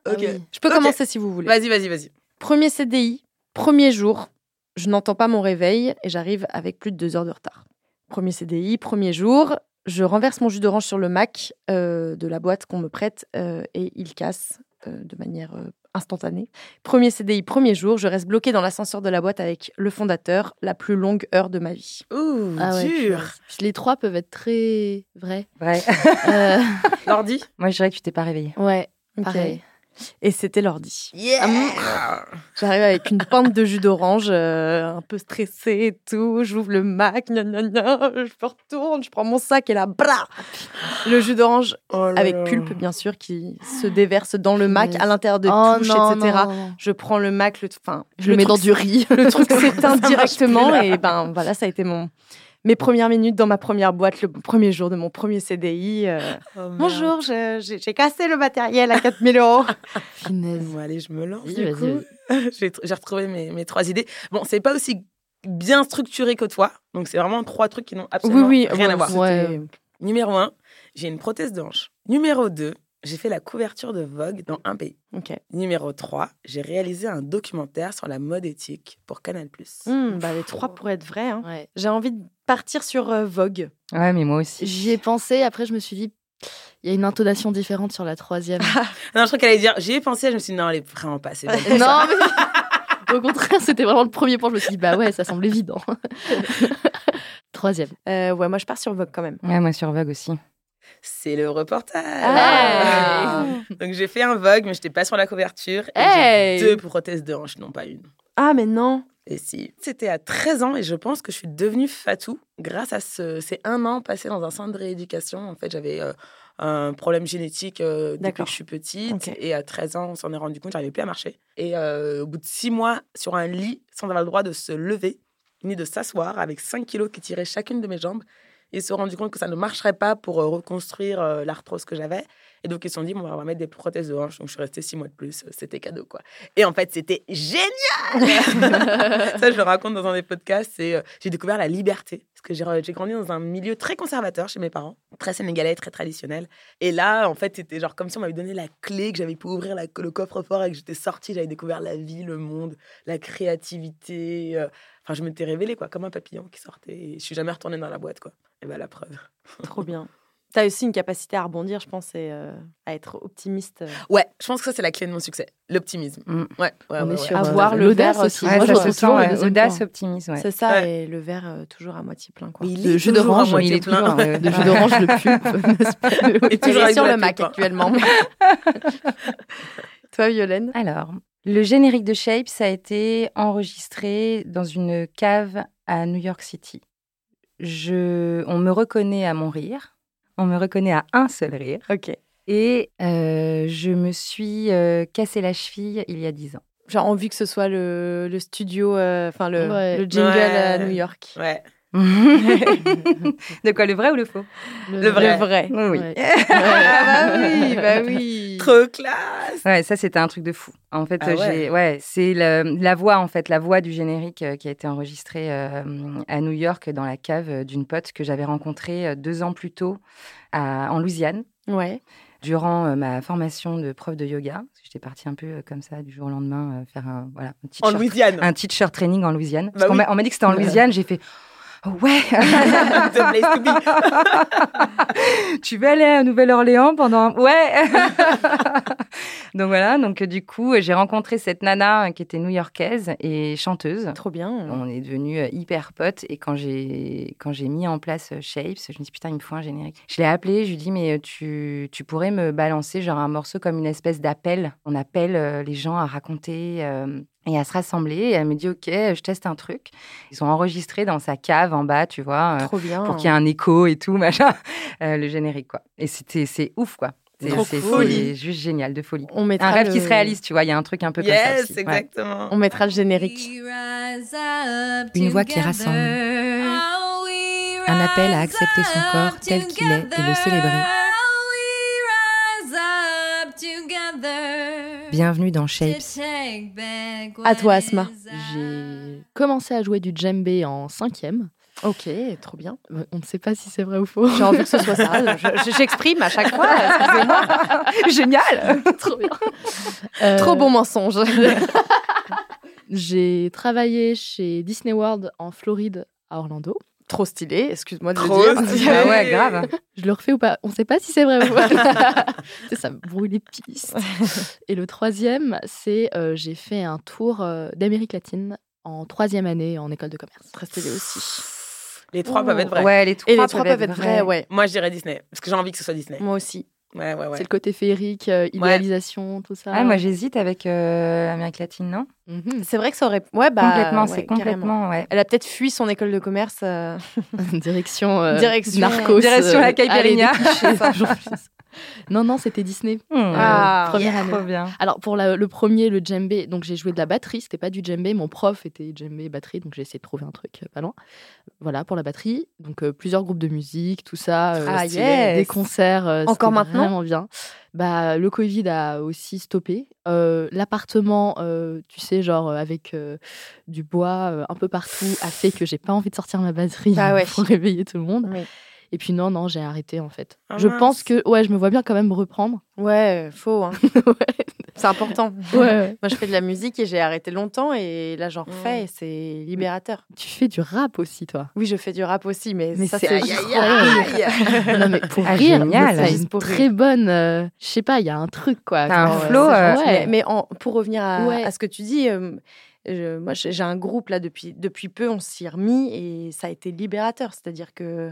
S3: ah
S2: ok.
S3: oui.
S1: Je peux
S2: Ok.
S1: commencer si vous voulez.
S2: Vas-y, vas-y, vas-y.
S1: Premier CDI, premier jour, je n'entends pas mon réveil et j'arrive avec plus de deux heures de retard. Premier CDI, premier jour, je renverse mon jus d'orange sur le Mac euh, de la boîte qu'on me prête euh, et il casse euh, de manière euh, instantanée. Premier CDI, premier jour, je reste bloqué dans l'ascenseur de la boîte avec le fondateur, la plus longue heure de ma vie.
S2: Ouh,
S3: Ah ouais,
S2: dur.
S3: purée. Les trois peuvent être très vrais.
S4: Ouais.
S3: Euh,
S2: L'ordi
S4: Moi, je dirais que tu t'es pas réveillée.
S3: ouais,
S1: Ok.
S3: pareil.
S1: Et c'était l'ordi.
S2: Yeah
S1: J'arrive avec une pente de jus d'orange, euh, un peu stressée et tout. J'ouvre le Mac, gna gna gna, je me retourne, je prends mon sac et là, bra Le jus d'orange
S2: Oh là
S3: Euh.
S1: avec
S2: là.
S1: pulpe, bien sûr, qui se déverse dans le Mac,
S3: Punaise.
S1: à l'intérieur de
S3: Oh
S1: touches,
S3: non,
S1: etc.
S3: non, non.
S1: Je prends le Mac, le, enfin,
S3: Je le mets dans
S1: truc
S3: du riz.
S1: le truc s'éteint
S2: Ça marche
S1: directement
S2: plus, là.
S1: et ben voilà ça a été mon mes premières minutes dans ma première boîte le premier jour de mon premier CDI euh,
S2: Oh, merde.
S1: bonjour je- j'ai j'ai cassé le matériel à 4000 euros
S3: Punaise.
S2: Bon, allez, je me lance.
S3: Vas-y,
S2: du
S3: vas-y,
S2: coup.
S3: vas-y.
S2: J'ai tr- j'ai retrouvé mes, mes trois idées. Bon, c'est pas aussi bien structuré que toi. Donc, c'est vraiment trois trucs qui n'ont
S1: oui
S2: absolument
S1: oui
S2: rien à
S1: bon,
S2: voir.
S1: c'était-
S3: Ouais.
S2: Numéro un, j'ai une prothèse de hanche. Numéro deux, j'ai fait la couverture de Vogue dans un pays.
S1: ok
S2: Numéro trois, j'ai réalisé un documentaire sur la mode éthique pour Canal+.
S1: Mm. Hmm, bah, les trois pourraient être vrais hein.
S3: Ouais.
S1: j'ai envie partir sur euh, Vogue.
S4: Ouais, mais moi aussi.
S3: J'y ai pensé, après je me suis dit, il y a une intonation différente sur la troisième.
S2: Non, je crois qu'elle allait dire, j'y ai pensé, je me suis dit, non, elle est vraiment pas assez bonne. pour ça.
S3: non, mais au contraire, c'était vraiment le premier point. Je me suis dit, bah ouais, ça semble évident. Troisième.
S1: Euh, ouais, moi je pars sur Vogue quand même.
S4: Ouais, moi sur Vogue aussi.
S2: C'est le reportage.
S3: Ah.
S2: Donc j'ai fait un Vogue, mais j'étais pas sur la couverture. Et
S3: Hey.
S2: j'ai deux prothèses de hanche, non pas une.
S1: Ah, mais non.
S2: Et si C'était à 13 ans et je pense que je suis devenue fatou grâce à ce, ces un an passé dans un centre de rééducation. En fait, j'avais euh, un problème génétique euh, depuis
S1: D'accord.
S2: que je suis petite.
S1: Ok.
S2: Et à 13 ans, on s'en est rendu compte, j'arrivais plus à marcher. Et euh, au bout de six mois, sur un lit, sans avoir le droit de se lever, ni de s'asseoir, avec 5 kilos qui tiraient chacune de mes jambes, ils se sont rendus compte que ça ne marcherait pas pour euh, reconstruire euh, l'arthrose que j'avais. Et donc, ils se sont dit, bon, on va mettre des prothèses de hanche. Donc, je suis restée six mois de plus. euh, C'était cadeau, quoi. Et en fait, c'était génial ça, je le raconte dans un des podcasts. C'est, euh, j'ai découvert la liberté. Parce que j'ai, re- j'ai grandi dans un milieu très conservateur chez mes parents, très sénégalais, très traditionnel. Et là, en fait, c'était genre comme si on m'avait donné la clé, que j'avais pu ouvrir la- le coffre-fort et que j'étais sortie. J'avais découvert la vie, le monde, la créativité. euh, Enfin, je m'étais révélée, quoi, comme un papillon qui sortait. Et je suis jamais retournée dans la boîte, quoi. Et ben, la preuve.
S1: Trop bien. T'as aussi une capacité à rebondir, je pense, et euh, à être optimiste. euh.
S2: Ouais, je pense que ça, c'est la clé de mon succès. L'optimisme.
S4: Mm.
S2: Ouais, ouais,
S3: On
S2: Ah, ouais,
S3: est
S2: ouais.
S3: sur
S1: Avoir
S3: euh,
S1: le
S3: l'audace
S1: verre
S3: aussi.
S1: aussi.
S4: Ouais,
S3: Moi, je
S4: ça
S3: retrouve
S4: se sent,
S3: toujours le
S4: ouais,
S3: deuxième
S4: audace,
S3: point.
S4: optimisme. Ouais.
S1: C'est ça,
S2: Ouais.
S1: et le verre euh, toujours à moitié plein. Quoi.
S2: Mais il
S3: Le
S2: est
S3: jus
S2: toujours à
S3: d'orange,
S2: moitié
S4: il est
S2: plein.
S4: toujours, ouais,
S3: Le jus Euh, d'orange, le pulpe, n'est-ce pas
S2: Et
S3: Il est
S2: toujours avec
S3: sur
S2: de la
S3: le Mac
S2: pulpe, hein.
S3: actuellement.
S1: Toi, Violaine
S4: Alors, le générique de Shape, ça a été enregistré dans une cave à New York City. Je, on me reconnaît à mon rire. On me reconnaît à un seul rire.
S1: Ok.
S4: Et euh, je me suis euh, cassé la cheville il y a dix ans.
S1: Genre, en vue que ce soit le, le studio, euh, enfin le,
S3: Ouais.
S1: le jingle
S2: Ouais.
S1: à New York.
S2: Ouais.
S4: de quoi, le vrai ou le faux
S2: Le vrai.
S1: Le vrai.
S4: Oui, oui.
S3: Ouais.
S1: Ah bah oui, bah oui.
S2: Trop classe.
S4: Ouais, ça c'était un truc de fou. En fait,
S2: Ah ouais.
S4: j'ai- ouais, c'est le- la voix en fait, la voix du générique euh, qui a été enregistrée euh, à New York dans la cave euh, d'une pote que j'avais rencontrée euh, deux ans plus tôt à- en Louisiane
S1: Ouais.
S4: durant euh, ma formation de prof de yoga. J'étais partie un peu euh, comme ça du jour au lendemain euh, faire un voilà un
S2: En
S4: teacher,
S2: Louisiane.
S4: un teacher training en Louisiane. Parce
S2: Bah
S4: qu'on
S2: oui.
S4: m'a- on m'a dit que c'était en Louisiane, j'ai fait Oh, ouais,
S2: The place to be.
S4: tu veux aller à Nouvelle-Orléans pendant ouais donc voilà donc euh, du coup euh, j'ai rencontré cette nana euh, qui était new-yorkaise et chanteuse
S1: Trop bien.
S4: on est devenus euh, hyper potes et quand j'ai quand j'ai mis en place euh, Shapes, je me dis putain il me faut un générique. Je l'ai appelé, je lui dis mais euh, tu, tu pourrais me balancer genre un morceau comme une espèce d'appel. On appelle euh, les gens à raconter euh, et à se rassembler. Et elle me dit ok je teste un truc. Ils ont enregistré dans sa cave en bas tu vois euh,
S1: Trop bien.
S4: pour qu'il y ait un écho et tout, machin. Euh, le générique, quoi. Et c'était, c'est ouf, quoi. C'est
S1: Trop
S4: c'est-
S1: folie.
S4: c'est juste génial, de folie.
S1: On mettra
S4: Un rêve
S1: le-
S4: qui se réalise, tu vois. Il y a un truc un peu comme ça.
S2: Yes,
S4: aussi. Ouais.
S2: exactement.
S1: On mettra le générique.
S5: Une
S6: Une voix qui rassemble.
S5: Oh, Un appel à accepter son corps tel qu'il est et le célébrer. Oh,
S6: Bienvenue dans Shapes.
S5: Bienvenue.
S1: À toi, Asma.
S3: J'ai commencé à jouer du djembé en cinquième. Euh,
S1: Ok, trop bien.
S3: On ne sait pas si c'est vrai ou faux.
S1: J'ai envie que ce soit ça. Je- je- J'exprime à chaque fois. excusez-moi.
S4: Génial
S3: Trop bien. Euh,
S1: Trop bon mensonge.
S3: J'ai travaillé chez Disney World en Floride à Orlando.
S1: Trop stylé. Excuse-moi de
S2: Trop
S1: le dire.
S2: stylé.
S4: Ah ouais, grave.
S3: Je le refais ou pas On ne sait pas si c'est vrai ou pas. Tu sais, ça me brouille les pistes. Et le troisième, c'est euh, j'ai fait un tour euh, d'Amérique latine en troisième année en école de commerce.
S1: Très stylé aussi.
S2: Les trois peuvent être vrais.
S4: Ouais, les trois,
S1: Et les trois peuvent être vrais, ouais.
S2: Moi, je dirais Disney, parce que j'ai envie que ce soit Disney.
S1: Moi aussi.
S2: Ouais, ouais,
S3: C'est
S2: ouais.
S3: le côté féerique, euh, idéalisation, tout ça.
S4: Ah, moi, j'hésite avec euh, Amérique latine, non
S3: Mhm.
S1: C'est vrai que ça aurait. Ouais, bah.
S4: Complètement,
S1: ouais,
S4: c'est
S1: carrément.
S4: complètement, ouais.
S1: Elle a peut-être fui son école de commerce. euh,
S3: Direction, euh,
S1: Direction-
S3: Narcos. euh,
S4: direction la
S3: Allez,
S4: Caipirinha.
S3: des clichés, toujours plus. non, non, c'était Disney. euh,
S4: Hmm.
S1: Ah,
S3: première année.
S4: Trop bien.
S3: Alors pour la- le premier, le djembé, donc j'ai joué de la batterie, c'était pas du djembé, mon prof était djembé et batterie, donc j'ai essayé de trouver un truc euh, pas loin. Voilà pour la batterie, donc euh, plusieurs groupes de musique, tout ça, euh,
S4: Ah,
S3: stylé,
S4: yes.
S3: des concerts, euh,
S1: Encore
S3: c'était
S1: maintenant
S3: vraiment bien. Bah le Covid a aussi stoppé Euh, l'appartement, euh, tu sais genre euh, avec euh, du bois euh, un peu partout a fait que j'ai pas envie de sortir ma batterie
S1: Ah ouais.
S3: pour réveiller tout le monde.
S1: Oui.
S3: Et puis non, non, j'ai arrêté en fait.
S2: Ah
S3: je
S2: mince.
S3: pense que, ouais, je me vois bien quand même reprendre.
S1: Ouais, faux. Hein. C'est important.
S3: Ouais, ouais.
S1: Moi, je fais de la musique et j'ai arrêté longtemps et là, j'en refais
S2: Mm.
S1: et c'est libérateur.
S3: Tu fais du rap aussi, toi.
S1: Oui, je fais du rap aussi, mais,
S3: Mais
S1: ça,
S3: c'est-
S1: c'est
S3: aïe, aïe,
S1: aïe,
S3: non, mais pour
S4: Ah,
S3: rire,
S4: génial.
S3: mais c'est
S1: Juste
S3: une
S1: pour
S3: très bonne. euh, je sais pas, il y a un truc quoi.
S4: T'as un
S3: Quand, euh,
S4: flow,
S3: c'est genre,
S4: euh,
S3: ouais.
S1: Mais, mais en- pour revenir à,
S3: Ouais.
S1: à ce que tu dis, euh, je- moi, j'ai j'ai un groupe là depuis, depuis peu, on s'y est remis et ça a été libérateur. C'est-à-dire que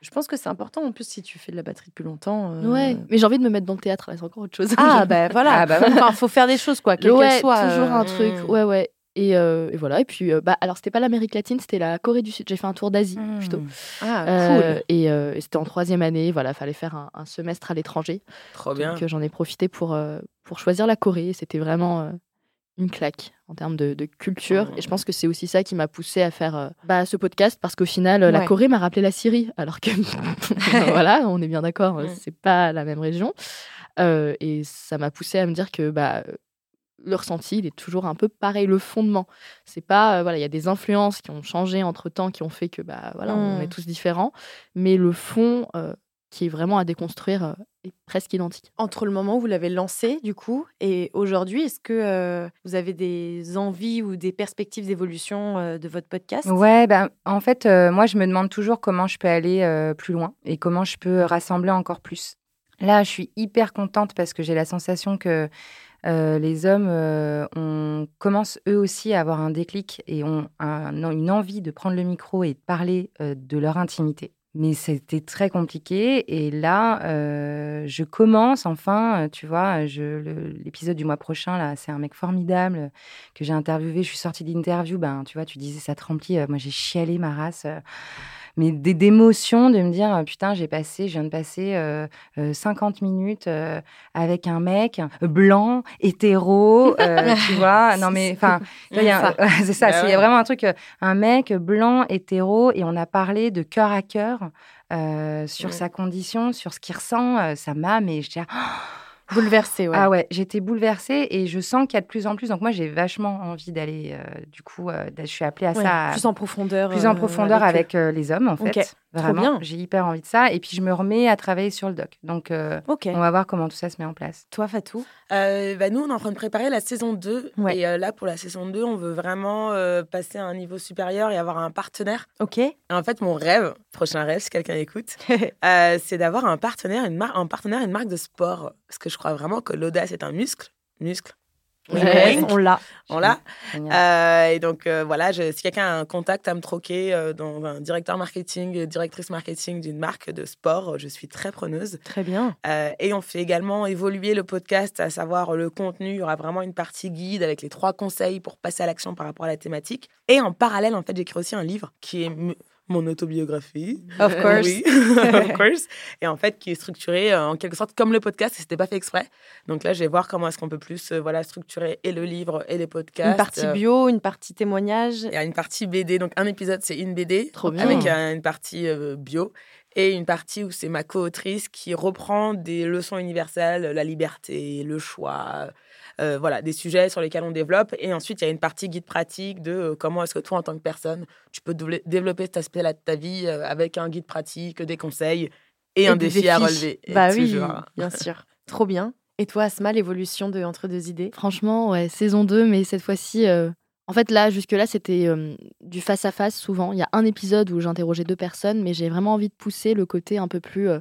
S1: je pense que c'est important. En plus, si tu fais de la batterie depuis longtemps. euh,
S3: Ouais, mais j'ai envie de me mettre dans le théâtre, là, c'est encore autre chose.
S1: Ah, bah voilà.
S4: Ah, bah voilà.
S1: Enfin, faut faire des choses, quoi, quelles
S3: ouais,
S1: qu'elles soient.
S3: toujours
S1: euh,
S3: un truc.
S2: Mm.
S3: Ouais, ouais. Et, euh, et voilà. Et puis, euh, bah, alors, c'était pas l'Amérique latine, c'était la Corée du Sud. J'ai fait un tour d'Asie plutôt.
S1: Ah, cool.
S3: Euh, et euh, et c'était en troisième année. Voilà, fallait faire un, un semestre à l'étranger.
S2: Trop bien.
S3: Donc, euh, j'en ai profité pour, euh, pour choisir la Corée. Et C'était vraiment euh, une claque en termes de, de culture.
S2: Mm.
S3: Et je pense que c'est aussi ça qui m'a poussé à faire euh, bah, ce podcast parce qu'au final, euh, la
S1: Ouais.
S3: Corée m'a rappelé la Syrie. Alors que, voilà, on est bien d'accord, euh,
S2: Mm.
S3: c'est pas la même région. Euh, et ça m'a poussé à me dire que bah, le ressenti, il est toujours un peu pareil, le fondement. C'est pas, euh, voilà, il y a des influences qui ont changé entre temps, qui ont fait que, bah, voilà, on
S2: Mmh.
S1: Mm.
S3: est tous différents, mais le fond euh, qui est vraiment à déconstruire euh, est presque identique.
S1: entre le moment où vous l'avez lancé, du coup, et aujourd'hui, est-ce que euh, vous avez des envies ou des perspectives d'évolution euh, de votre podcast
S4: Ouais, ben, en fait, euh, moi, je me demande toujours comment je peux aller euh, plus loin et comment je peux rassembler encore plus. Là, je suis hyper contente parce que j'ai la sensation que euh, les hommes euh, on commence eux aussi à avoir un déclic et ont un- une envie de prendre le micro et de parler euh, de leur intimité. Mais c'était très compliqué et là, euh, je commence enfin, euh, tu vois, je- le- l'épisode du mois prochain, là, c'est un mec formidable euh, que j'ai interviewé, je suis sortie d'interview, ben, tu vois, tu disais ça te remplit, euh, moi j'ai chialé ma race, euh, mais des- d'émotions de me dire, euh, putain, j'ai passé, je viens de passer euh, euh, 50 minutes euh, avec un mec blanc, hétéro, euh, tu vois. Non, mais enfin, tu vois,
S3: euh,
S4: il y a un- c'est ça,
S2: Bah
S4: c'est- il y
S2: ouais.
S4: a vraiment un truc, euh, un mec blanc, hétéro, et on a parlé de cœur à cœur euh, sur
S2: Ouais.
S4: sa condition, sur ce qu'il ressent, euh, sa mame, et je dis,
S1: Bouleversé, ouais.
S4: ah ouais, j'étais bouleversée et je sens qu'il y a de plus en plus. Donc moi, j'ai vachement envie d'aller, euh, du coup, euh, je suis appelée à
S1: Ouais,
S4: ça, à-
S1: plus en profondeur.
S4: plus en
S1: euh,
S4: profondeur
S1: avec eux.
S4: avec, euh, les hommes, en fait.
S1: Ok, bien.
S4: Vraiment, j'ai hyper envie de ça. Et puis je me remets à travailler sur le doc. Donc euh,
S1: Ok.
S4: on va voir comment tout ça se met en place.
S1: Toi, Fatou
S2: Euh, bah, nous, on est en train de préparer la saison 2.
S1: Ouais.
S2: Et euh, là, pour la saison 2, on veut vraiment euh, passer à un niveau supérieur et avoir un partenaire.
S1: Ok.
S2: Et en fait, mon rêve, prochain rêve, si quelqu'un écoute, euh, c'est d'avoir un partenaire, une marque, un partenaire, une marque de sport. Parce que je crois vraiment que l'audace est un muscle. Muscle. Wink,
S3: Ouais,
S2: wink.
S1: on l'a.
S2: on l'a.
S4: Génial.
S2: Euh, et donc euh, voilà, je- si quelqu'un a un contact à me troquer euh, dans un directeur marketing, euh, directrice marketing d'une marque de sport, euh, je suis très preneuse.
S1: Très bien.
S2: Euh, et on fait également évoluer le podcast, à savoir le contenu. Il y aura vraiment une partie guide avec les trois conseils pour passer à l'action par rapport à la thématique. Et en parallèle, en fait, j'écris aussi un livre qui est m- mon autobiographie.
S1: Of course.
S2: Euh, Oui, of course. Et en fait, qui est structuré euh, en quelque sorte comme le podcast, et c'était pas fait exprès. Donc là, je vais voir comment est-ce qu'on peut plus euh, voilà, structurer et le livre et les podcasts.
S1: Une partie
S2: Euh,
S1: bio, une partie témoignage.
S2: il y a une partie BD, donc un épisode c'est une BD
S3: Trop bien.
S2: avec euh, une partie euh, bio et une partie où c'est ma co-autrice qui reprend des leçons universelles, la liberté, le choix, euh, voilà, des sujets sur lesquels on développe. Et ensuite il y a une partie guide pratique de euh, comment est-ce que toi en tant que personne tu peux doule- développer cet aspect-là de ta vie euh, avec un guide pratique, des conseils et, un
S1: des
S2: défi à
S1: défis.
S2: relever. Et
S1: Bah oui,
S2: toujours, hein.
S1: bien sûr. Trop bien. Et toi, Asma, l'évolution de Entre deux idées
S3: Franchement, ouais, saison 2, mais cette fois-ci. euh, En fait, là, jusque-là, c'était euh, du face-à-face souvent. Il y a un épisode où j'interrogeais deux personnes, mais j'ai vraiment envie de pousser le côté un peu plus euh,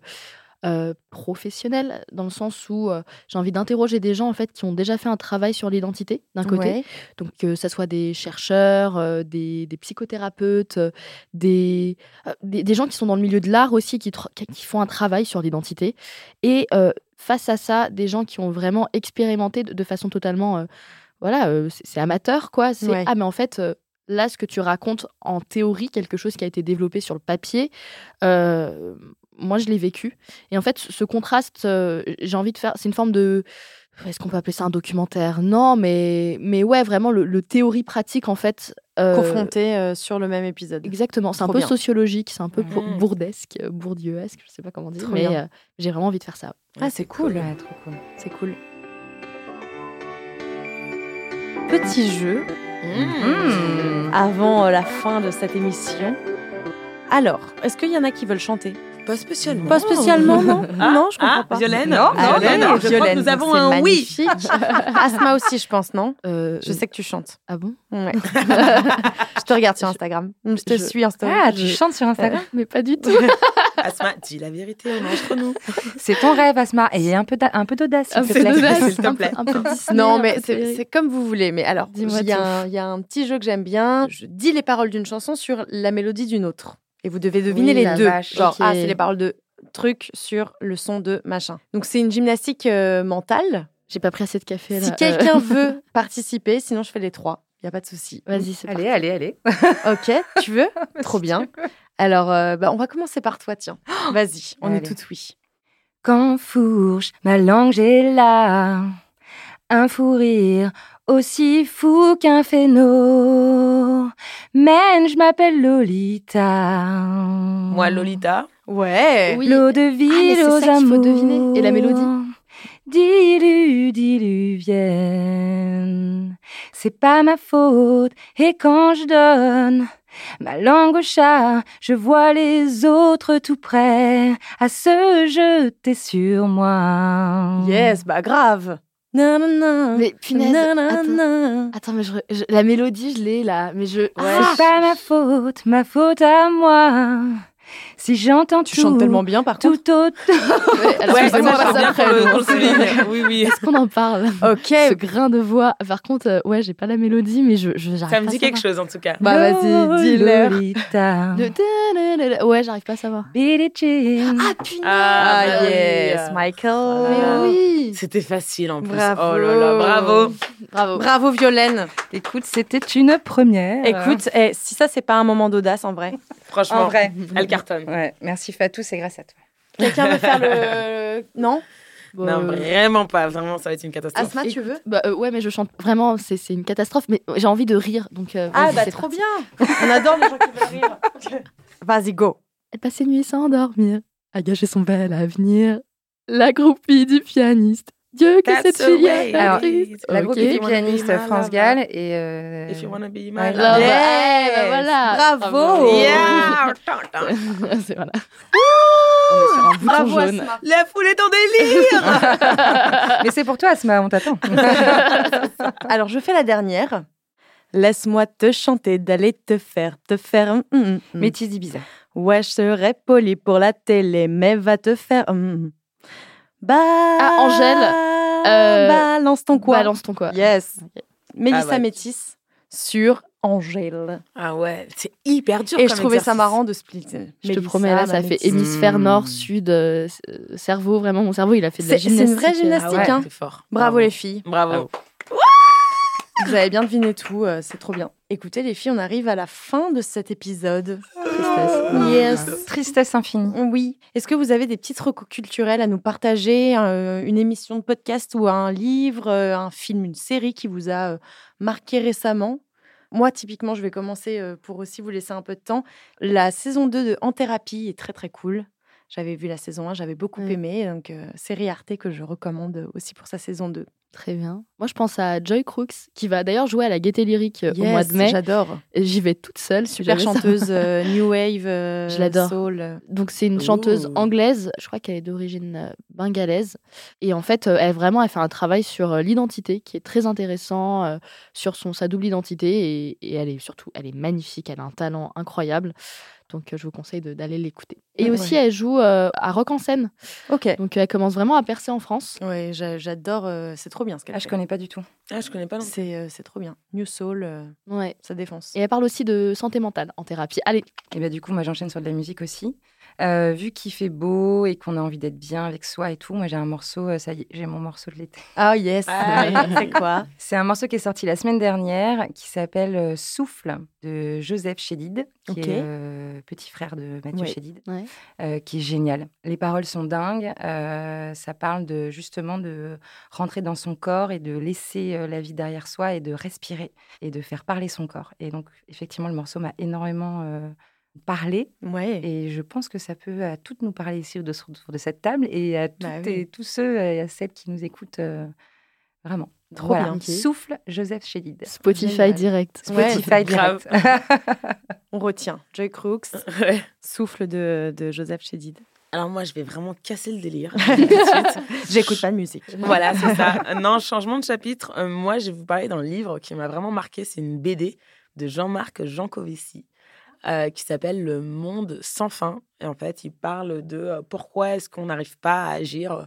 S3: euh, professionnel, dans le sens où euh, j'ai envie d'interroger des gens en fait, qui ont déjà fait un travail sur l'identité, d'un côté.
S1: Ouais.
S3: Donc, que ce soit des chercheurs, euh, des, des psychothérapeutes, euh, des, euh, des, des gens qui sont dans le milieu de l'art aussi, qui, tra- qui- qui font un travail sur l'identité. Et euh, face à ça, des gens qui ont vraiment expérimenté de, de façon totalement. euh, voilà, euh, c'est c'est amateur, quoi. C'est
S1: Ouais.
S3: ah, mais en fait. euh, Là, ce que tu racontes en théorie, quelque chose qui a été développé sur le papier, euh, moi je l'ai vécu. Et en fait, ce ce contraste, euh, j'ai envie de faire. C'est une forme de est-ce qu'on peut appeler ça un documentaire Non, mais, mais ouais, vraiment, le, le théorie pratique, en fait. euh,
S1: Confronté euh, sur le même épisode.
S3: Exactement, c'est un
S1: Trop
S3: peu
S1: bien.
S3: sociologique, c'est un peu pour-
S2: Mhm.
S3: bourdesque, euh, bourdieuesque, je sais pas comment dire,
S1: Trop
S3: mais
S1: bien.
S3: euh, j'ai vraiment envie de faire ça.
S1: Ah, c'est cool.
S4: Ouais, trop cool.
S1: C'est cool. Petit jeu
S4: Mmh.
S1: Hmm. avant euh, la fin de cette émission. Alors, est-ce qu'il y en a qui veulent chanter
S2: Pas spécialement.
S1: Pas spécialement, non.
S2: Ah,
S1: non, je comprends
S2: ah,
S1: pas.
S2: Violaine
S4: Non,
S2: Violaine,
S1: Violaine,
S2: je crois que nous avons un oui.
S1: Asma aussi, je pense, non
S3: Euh,
S1: Je sais que tu chantes.
S3: Ah bon
S1: Ouais. je te regarde sur Instagram. Je te
S3: je-
S1: suis Instagram.
S4: Ah, tu chantes sur Instagram.
S3: Mais pas du tout.
S2: Asma, dis la vérité, on est entre nous.
S4: C'est ton rêve, Asma. Et un peu d'a- un peu d'audace, s'il
S3: Un
S4: te
S3: peu
S4: plaît.
S3: d'audace,
S2: s'il te
S3: un peu-
S2: plaît.
S3: un peu Disney, un
S1: Non,
S3: peu
S1: mais c'est
S3: Frédéric.
S1: c'est comme vous voulez. Mais alors, il
S3: Dis-moi
S1: y, a
S3: tout.
S1: un- il y a un petit jeu que j'aime bien. Je dis les paroles d'une chanson sur la mélodie d'une autre. Et vous devez deviner
S4: Oui, la
S1: les deux.
S4: vache,
S1: Genre,
S3: ok.
S1: ah, c'est les paroles de truc sur le son de machin. Donc, c'est une gymnastique euh, mentale.
S3: J'ai pas pris assez de café là.
S1: Si
S3: Euh,
S1: quelqu'un veut participer, sinon je fais les trois. Il n'y a pas de souci.
S3: Vas-y, c'est
S4: Allez, allez, allez.
S1: Ok, tu veux Trop bien. Alors, euh, bah, on va commencer par toi, tiens. Vas-y, on est
S4: Allez.
S1: tout oui.
S4: Quand fourche ma langue, j'ai là un fou rire aussi fou qu'un phéno. Mène, je m'appelle Lolita.
S2: Moi, Lolita.
S1: Ouais.
S3: Oui. Ah,
S4: L'eau de
S3: mais
S4: ville
S3: c'est
S4: aux
S3: ça qu'il faut
S4: amours.
S3: deviner. Et la mélodie
S4: Dilu, diluvienne. C'est pas ma faute. Et quand je donne ma langue au chat, je vois les autres tout près à se jeter sur moi.
S1: Yes, bah grave. Nanana.
S3: Mais punaise. Attends,
S1: Nanana.
S3: Attends, mais je re- je- la mélodie, je l'ai là. Mais je.
S4: Ah, C'est pas ma faute, ma faute à moi. Si j'entends
S1: Tu chantes
S4: tout,
S1: tellement bien, par contre.
S4: tout autre.
S3: Ouais, alors,
S2: ouais,
S3: excusez-moi,
S2: moi,
S3: ça
S2: je bien
S3: après,
S2: qu'on le-
S3: donc,
S2: qu'on le souligne. Oui, oui.
S3: Est-ce qu'on en parle
S1: Ok.
S3: Ce grain de voix. Par contre, euh, ouais, j'ai pas la mélodie, mais je, je j'arrive
S2: Ça me
S3: pas
S2: dit
S3: à
S2: quelque
S3: savoir.
S2: chose, hein. en tout cas.
S3: Bah vas-y, dis-leur.
S4: Lolita.
S3: Le ta-la-la-la. Ouais, j'arrive pas à savoir.
S4: Billie Jean.
S3: Ah punaise
S2: Ah,
S1: Ah,
S2: bah
S1: yes,
S2: oui.
S1: Michael.
S3: Mais
S2: Voilà.
S3: oui
S2: C'était facile, en plus.
S1: Bravo.
S2: Oh là là, bravo.
S3: Bravo.
S1: Bravo Violaine.
S4: Écoute, c'était une première.
S1: Écoute, eh, si ça c'est pas un moment d'audace en vrai.
S2: Franchement,
S4: vrai.
S2: elle cartonne.
S4: Ouais, merci Fatou, c'est grâce à toi.
S1: Quelqu'un veut faire le non
S3: Bon,
S2: Non,
S3: euh,
S2: vraiment pas. Vraiment, ça va être une catastrophe.
S1: Asma,
S3: Et-
S1: tu veux
S3: bah, euh, ouais, mais je chante vraiment, c'est c'est une catastrophe, mais j'ai envie de rire. Donc, euh,
S1: Ah
S3: vas-y,
S1: bah
S3: c'est
S1: trop
S3: parti.
S1: bien. On adore les gens qui veulent rire. Vas-y go.
S3: Elle passait nuit sans dormir, à gâcher son bel avenir. La groupie du pianiste. Dieu, que
S2: That's
S3: cette
S2: the
S3: fille
S2: way.
S3: est
S4: Alors,
S3: triste.
S4: La
S3: Ok.
S4: groupe des
S2: If you wanna be my
S4: pianistes France
S2: lover.
S4: Gall et. euh,
S2: If you wanna be my
S4: Ouais.
S2: lover.
S3: Love.
S1: Yes.
S3: Eh, bah voilà.
S1: Bravo.
S2: Yeah.
S3: C'est voilà. On est sur un bouton
S1: Bravo
S3: jaune.
S1: Asma.
S2: La foule est en délire.
S4: Mais c'est pour toi, Asma, on t'attend.
S1: Alors je fais la dernière. Laisse-moi te chanter, d'aller te faire, te faire. hum, hum, hum.
S4: Métis d'Ibiza.
S1: ouais, je serai poli pour la télé, mais va te faire. hum. Bah.
S3: Ah, Angèle, euh,
S1: Balance ton quoi.
S3: Balance ton quoi.
S1: Yes.
S3: Ok.
S1: Mélissa
S2: ouais.
S1: Métis sur Angèle.
S2: ah ouais, c'est hyper dur.
S1: Et je
S2: comme
S1: trouvais ça
S2: exercice.
S1: marrant de split.
S3: Je te promets, là, ça fait hémisphère
S4: Hmm.
S3: nord, sud, euh, c- euh, cerveau. Vraiment, mon cerveau, il a fait de la
S1: C'est- c'est
S3: gymnastique.
S1: une vraie
S3: euh,
S2: Ah
S1: gymnastique,
S2: ouais,
S1: hein.
S2: c'est fort.
S1: Bravo les filles,
S2: Bravo.
S1: vous avez bien deviné tout, euh, c'est trop bien. Écoutez les filles, on arrive à la fin de cet épisode.
S3: Mm.
S4: Tristesse.
S1: Yes.
S4: Tristesse infinie.
S1: Oui. Est-ce que vous avez des petites recos culturelles à nous partager euh, Une émission de podcast ou un livre, euh, un film, une série qui vous a euh, marqué récemment Moi, typiquement, je vais commencer euh, pour aussi vous laisser un peu de temps. La saison 2 de En Thérapie est très très cool. J'avais vu la saison 1, j'avais beaucoup
S3: Ouais.
S1: aimé. Donc, euh, série Arte que je recommande aussi pour sa saison 2.
S3: Très bien. Moi, je pense à Joy Crooks, qui va d'ailleurs jouer à la Gaieté Lyrique euh, au
S1: Yes,
S3: mois de mai.
S1: J'adore.
S3: Et J'y vais toute seule. si
S1: Super
S3: jamais ça-
S1: chanteuse, euh, New Wave, euh,
S3: Je l'adore.
S1: Soul. euh.
S3: Donc c'est une chanteuse
S7: Oh.
S2: Ouh.
S3: anglaise, je crois qu'elle est d'origine euh, bengalaise. Et en fait, euh, elle vraiment, elle fait un travail sur euh, l'identité qui est très intéressant, euh, sur son sa double identité et, et elle est surtout, elle est magnifique, elle a un talent incroyable. Donc euh, je vous conseille de- d'aller l'écouter. Et
S1: Ouais.
S3: aussi, elle joue euh, à Rock en scène,
S1: Ok.
S3: donc euh, elle commence vraiment à percer en France.
S1: Ouais, j'a- j'adore. euh, c'est trop bien ce qu'elle
S4: Ah, je
S1: fait.
S4: connais pas du tout.
S2: Ah, je connais pas non plus.
S1: C'est euh, c'est trop bien. New Soul, euh,
S3: Ouais.
S1: sa défense.
S3: Et elle parle aussi de santé mentale en thérapie. Allez,
S4: Et bien, Eh ben, du coup, moi, j'enchaîne sur de la musique aussi. Euh, vu qu'il fait beau et qu'on a envie d'être bien avec soi et tout, moi, j'ai un morceau, euh, ça y est, j'ai mon morceau de l'été.
S1: Ah yes,
S2: Ah.
S1: c'est quoi
S4: C'est un morceau qui est sorti la semaine dernière qui s'appelle euh, Souffle de Joseph Chédid, qui
S1: Ok.
S4: est euh, petit frère de Mathieu
S1: Ouais.
S4: Chédid,
S3: Ouais.
S4: euh, qui est génial. Les paroles sont dingues. euh, ça parle de, justement de rentrer dans son corps et de laisser euh, la vie derrière soi et de respirer et de faire parler son corps. Et donc, effectivement, le morceau m'a énormément euh, parlé
S1: Ouais.
S4: et je pense que ça peut à toutes nous parler ici autour autour de cette table et à
S1: Bah
S4: toutes
S1: oui.
S4: et tous ceux et à celles qui nous écoutent euh, vraiment.
S1: Trop
S4: Voilà.
S1: bien.
S3: Ok.
S4: Souffle Joseph Chédid.
S3: Spotify
S1: Génial.
S3: direct.
S1: Ouais.
S4: Spotify
S2: grave.
S4: direct.
S1: On retient. Joy Crooks,
S2: Ouais.
S1: souffle de, de Joseph Chédid.
S2: Alors moi, je vais vraiment casser le délire. tout de suite.
S7: J'écoute pas de musique.
S2: voilà, c'est ça. Non, changement de chapitre. Euh, moi, je vais vous parler d'un livre qui m'a vraiment marqué. C'est une BD de Jean-Marc Jancovici euh, qui s'appelle Le monde sans fin. Et en fait, il parle de euh, pourquoi est-ce qu'on n'arrive pas à agir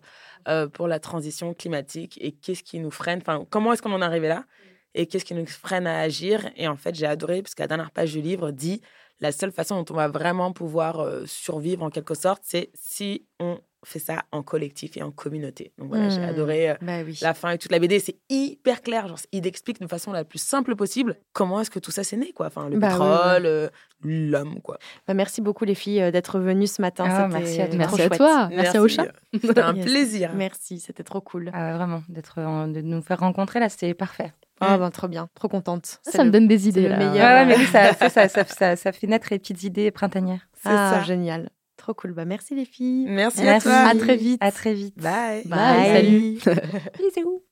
S2: euh, pour la transition climatique et qu'est-ce qui nous freine. Enfin, comment est-ce qu'on en est arrivé là
S7: Mm.
S2: et qu'est-ce qui nous freine à agir. Et en fait, j'ai adoré parce que la dernière page du livre dit la seule façon dont on va vraiment pouvoir euh, survivre en quelque sorte, c'est si on fait ça en collectif et en communauté. Donc voilà, j'ai
S7: Hmm.
S2: adoré euh,
S7: Bah oui.
S2: la fin et toute la BD, c'est hyper clair. Genre, il explique de façon la plus simple possible comment est-ce que tout ça s'est né, quoi. Enfin, le
S7: Bah ouais,
S2: pétrole, euh, l'homme, quoi.
S7: Bah, merci beaucoup les filles euh, d'être venues ce matin.
S4: Ah,
S7: C'était
S4: merci à toi.
S7: trop
S3: Merci à
S7: chouette.
S3: toi. Merci, à Ocha.
S2: euh, C'était un
S7: Yes.
S2: plaisir.
S7: Merci, c'était trop cool.
S4: Ah, vraiment, d'être, en- de nous faire rencontrer là, c'était parfait.
S7: Ah bah, trop bien, trop contente.
S3: Ça,
S7: C'est
S3: me
S7: le-
S3: donne des idées.
S7: le
S3: là.
S4: Ouais,
S7: meilleur.
S4: ouais, mais oui, ça, ça, ça, ça, ça- ça fait naître les petites idées printanières.
S2: C'est
S7: Ah,
S2: ça.
S7: génial. Trop cool. Bah merci les filles.
S2: Merci,
S4: Merci.
S2: à toi.
S7: À très vite.
S4: À très vite.
S2: Bye.
S3: Bye. Salut.
S4: Bisous.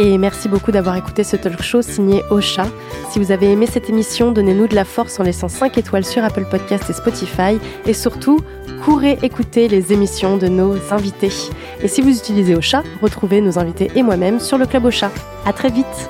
S1: Et merci beaucoup d'avoir écouté ce talk show signé Ocha. Si vous avez aimé cette émission, donnez-nous de la force en laissant 5 étoiles sur Apple Podcast et Spotify. Et surtout, courez écouter les émissions de nos invités. Et si vous utilisez Ocha, retrouvez nos invités et moi-même sur le Club Ocha. À très vite